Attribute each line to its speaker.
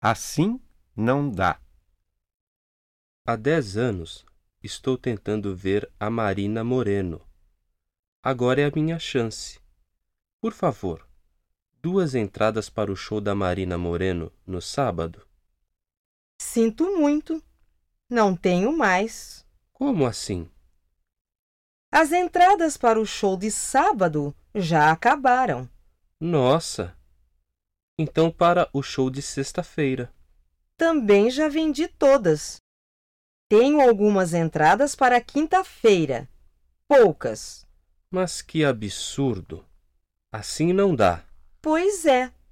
Speaker 1: Assim não dá.
Speaker 2: Há dez anos estou tentando ver a Marina Moreno. Agora é a minha chance. Por favor, duas entradas para o show da Marina Moreno no sábado.
Speaker 3: Sinto muito. Não tenho mais.
Speaker 2: Como assim?
Speaker 3: As entradas para o show de sábado já acabaram.
Speaker 2: Nossa! Então, para o show de sexta-feira.
Speaker 3: Também já vendi todas. Tenho algumas entradas para quinta-feira. Poucas.
Speaker 2: Mas que absurdo! Assim não dá.
Speaker 3: Pois é.